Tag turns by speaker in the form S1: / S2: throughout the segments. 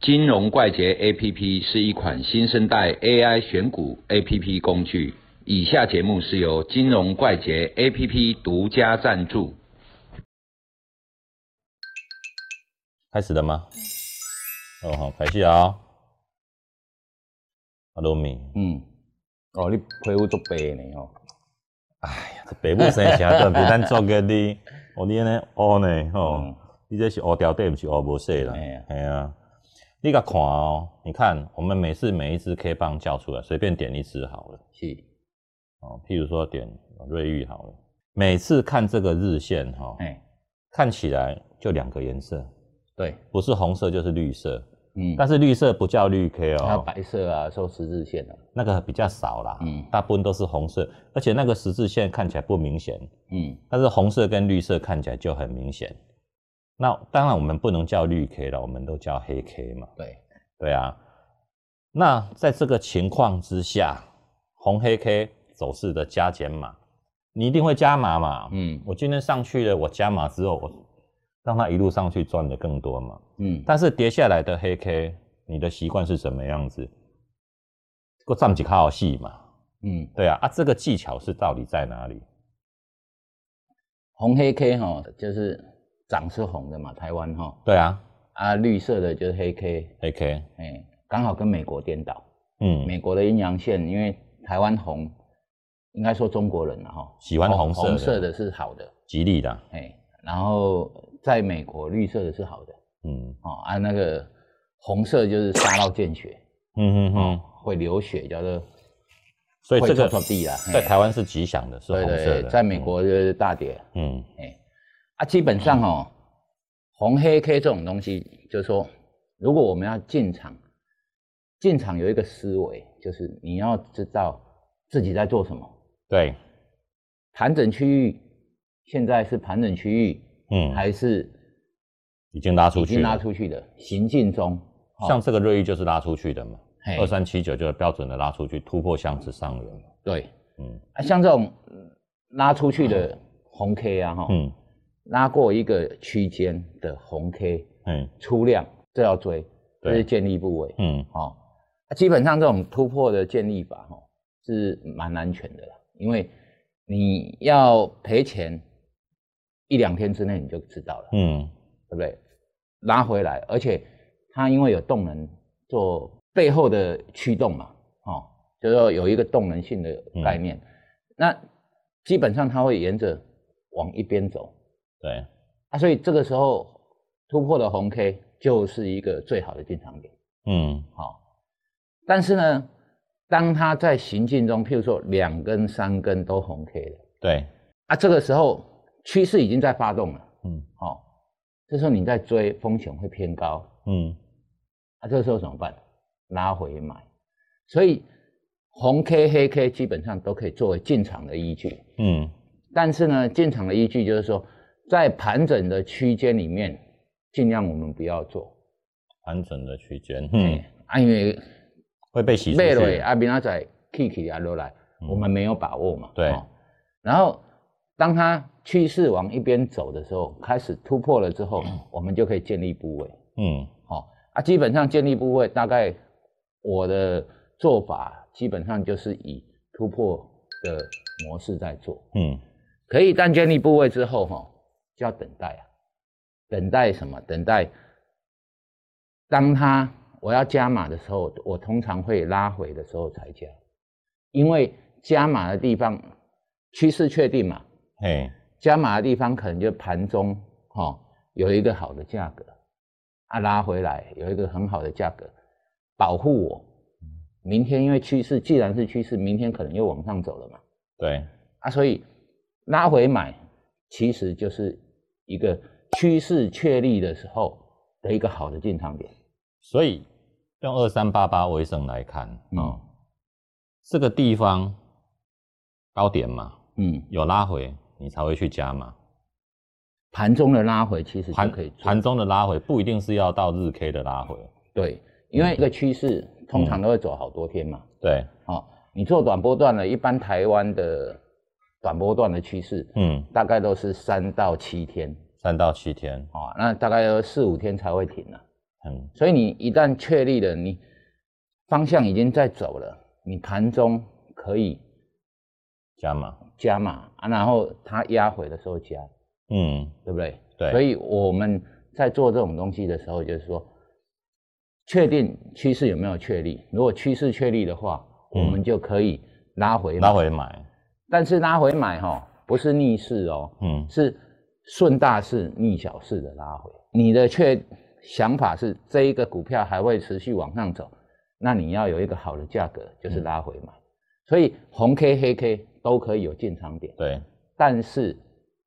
S1: 金融怪杰 APP 是一款新生代 AI 选股 APP 工具。以下节目是由金融怪杰 APP 独家赞助。
S2: 开始了吗？哦，好，开始啊、哦！阿罗米，
S3: 嗯，哦，你皮肤足白呢哦吼，
S2: 哎呀，这白母生啥段比咱做 个你，哦，你安尼乌呢吼，
S3: 嗯
S2: 你这是乌掉底，不是乌无色啦
S3: 哎呀，
S2: 哎呀、你甲看哦，你看我们每次每一只 K 棒叫出来，随便点一只好了，
S3: 是，
S2: 哦，譬如说点瑞玉好了，每次看这个日线哈、哦，
S3: 哎、
S2: 看起来就两个颜色，
S3: 对，
S2: 不是红色就是绿色，
S3: 嗯，
S2: 但是绿色不叫绿 K
S3: 还有
S2: 哦，
S3: 白色啊，受十字线啊，
S2: 那个比较少啦，
S3: 嗯
S2: 大部分都是红色，而且那个十字线看起来不明显，
S3: 嗯，
S2: 但是红色跟绿色看起来就很明显。那当然我们不能叫绿 K 了，我们都叫黑 K 嘛，
S3: 对，
S2: 对啊。那在这个情况之下，红黑 K 走势的加减码，你一定会加码嘛，
S3: 嗯
S2: 我今天上去了，我加码之后，我让它一路上去赚的更多嘛。
S3: 嗯，
S2: 但是跌下来的黑 K，你的习惯是什么样子？我站几靠戏嘛？
S3: 嗯，
S2: 对啊，啊，这个技巧是到底在哪里？
S3: 红黑 K 哈，就是涨是红的嘛，台湾哈，
S2: 对啊，
S3: 啊，绿色的就是黑 K，
S2: 黑 K，
S3: 哎、刚好跟美国颠倒，
S2: 嗯，
S3: 美国的阴阳线，因为台湾红，应该说中国人了哈，
S2: 喜欢红色的
S3: 红色的是好的，
S2: 吉利的，
S3: 哎、然后在美国绿色的是好的，
S2: 嗯
S3: 哦啊，那个红色就是杀到见血，
S2: 嗯嗯嗯，
S3: 会流血，叫做
S2: 所以这
S3: 哦
S2: 个
S3: 会戳戳地啦嘿
S2: 在台湾是吉祥的，是红
S3: 对
S2: 色
S3: 对
S2: 的，，
S3: 在美国就是大跌，
S2: 嗯，
S3: 哎、啊，基本上哦，红黑 K 这种东西，就是说，如果我们要进场，进场有一个思维，就是你要知道自己在做什么。
S2: 对，
S3: 盘整区域现在是盘整区域，
S2: 嗯，
S3: 还是
S2: 已经拉出
S3: 已
S2: 去
S3: 经
S2: 了
S3: 拉，出去的行进中？哦
S2: 像这个瑞玉就是拉出去的嘛，
S3: 嘿
S2: 二三七九就是标准的拉出去，突破箱子上缘，
S3: 对
S2: 嗯
S3: 啊，像这种嗯拉出去的红 K 啊，哈、
S2: 嗯
S3: 拉过一个区间的红 K
S2: 嗯
S3: 出量，这要追，这
S2: 对
S3: 是建立部位。
S2: 嗯，
S3: 哦，啊基本上这种突破的建立法，哦，是蛮安全的啦，因为你要赔钱一两天之内你就知道了，
S2: 嗯，
S3: 对不对？拉回来，而且它因为有动能做背后的驱动嘛，哦，就是说有一个动能性的概念，那基本上它会沿着往一边走
S2: 对，
S3: 啊，所以这个时候突破的红 K 就是一个最好的进场点。
S2: 嗯
S3: 好、但是呢，当它在行进中，譬如说两根、三根都红 K 了
S2: 对，
S3: 啊，这个时候趋势已经在发动了，
S2: 嗯
S3: 好、这时候你在追，风险会偏高，
S2: 嗯
S3: 啊，这个时候怎么办？拉回买，所以红 K、黑 K 基本上都可以作为进场的依据，
S2: 嗯
S3: 但是呢，进场的依据就是说，在盘整的区间里面，尽量我们不要做，
S2: 盘整的区间，嗯，
S3: 啊，因为
S2: 会被洗出
S3: 卖落
S2: 去，嗯
S3: 啊，明仔载起起啊落来，我们没有把握嘛。哦
S2: 对
S3: 然后当它趋势往一边走的时候，开始突破了之 后，我们就可以建立部位。
S2: 嗯
S3: 哦，啊，基本上建立部位，大概我的做法基本上就是以突破的模式在做。
S2: 嗯
S3: 可以，但建立部位之后，哈、就要等待啊，等待什么？等待当它我要加码的时候，我通常会拉回的时候才加，因为加码的地方趋势确定嘛，
S2: 嘿，
S3: 加码的地方可能就盘中哈、哦有一个好的价格，啊拉回来有一个很好的价格，保护我。明天因为趋势既然是趋势，明天可能又往上走了嘛。
S2: 对，
S3: 啊，所以拉回买其实就是一个趋势确立的时候的一个好的进场点。
S2: 所以用二三八八为胜来看，
S3: 嗯
S2: 这个地方高点嘛，
S3: 嗯，
S2: 有拉回，你才会去加嘛。
S3: 盘中的拉回其实就
S2: 盘
S3: 可以做
S2: 盘中的拉回不一定是要到日 K 的拉回，
S3: 对，因
S2: 嗯
S3: 为一个趋势通常都会走好多天嘛。
S2: 对，
S3: 哦，你做短波段的，一般台湾的短波段的趋势
S2: 嗯，
S3: 大概都是三到七天
S2: 三到七天，
S3: 哦，那大概有四五天才会停了、
S2: 嗯
S3: 所以你一旦确立了，你方向已经在走了，你盘中可以
S2: 加码，
S3: 加码啊，然后它压回的时候加，
S2: 嗯
S3: 对不对？
S2: 对，
S3: 所以我们在做这种东西的时候，就是说，确定趋势有没有确立，如果趋势确立的话，
S2: 嗯
S3: 我们就可以拉回
S2: 拉
S3: 买，
S2: 回买，
S3: 但是拉回买哈、不是逆势哦，
S2: 嗯
S3: 是顺大势逆小势的拉回。你的确想法是这一个股票还会持续往上走，那你要有一个好的价格，就是拉回买。所以红 K 黑 K 都可以有进场点，
S2: 对，
S3: 但是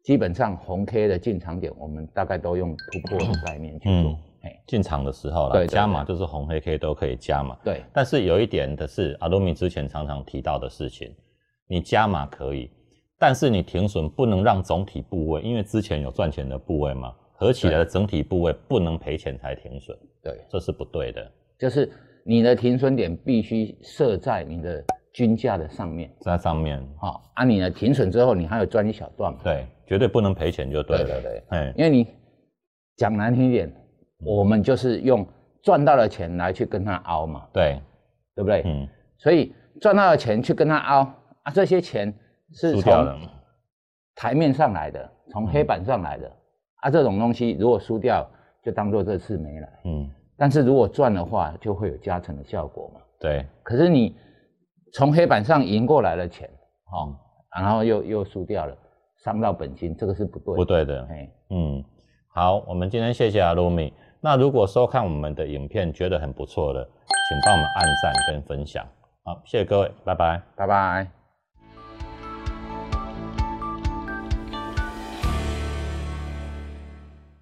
S3: 基本上红 K 的进场点，我们大概都用突破的概念去做
S2: 嗯。
S3: 哎、
S2: 进场的时候
S3: 对
S2: 啦，
S3: 对
S2: 加码就是红黑 K 都可以加码，
S3: 对
S2: 但是有一点的是，阿鲁米之前常常提到的事情，你加码可以，但是你停损不能让总体部位，因为之前有赚钱的部位嘛，合起来的整体部位不能赔钱才停损，
S3: 对，
S2: 这是不对的。
S3: 就是你的停损点必须设在你的均价的上面。
S2: 在上面，
S3: 好、啊，你的停损之后，你还有赚一小段嘛？
S2: 对，绝对不能赔钱就对了。
S3: 对对对
S2: 哎，
S3: 因为你讲难听一点，我们就是用赚到的钱来去跟他凹嘛，
S2: 对，
S3: 对不对？
S2: 嗯，
S3: 所以赚到的钱去跟他凹啊，这些钱是
S2: 输掉
S3: 从
S2: 了，嗯
S3: 台面上来的，从黑板上来的、啊，这种东西如果输掉，就当做这次没来；
S2: 嗯，
S3: 但是如果赚的话，就会有加成的效果嘛。
S2: 对，
S3: 可是你从黑板上赢过来的钱，
S2: 哦，
S3: 啊然后又又输掉了，伤到本金，这个是不对。
S2: 不，对的，
S3: 哎，
S2: 嗯，好，我们今天谢谢阿鲁米。那如果收看我们的影片觉得很不错的，请帮我们按赞跟分享。好，谢谢各位，拜拜。
S3: 拜拜。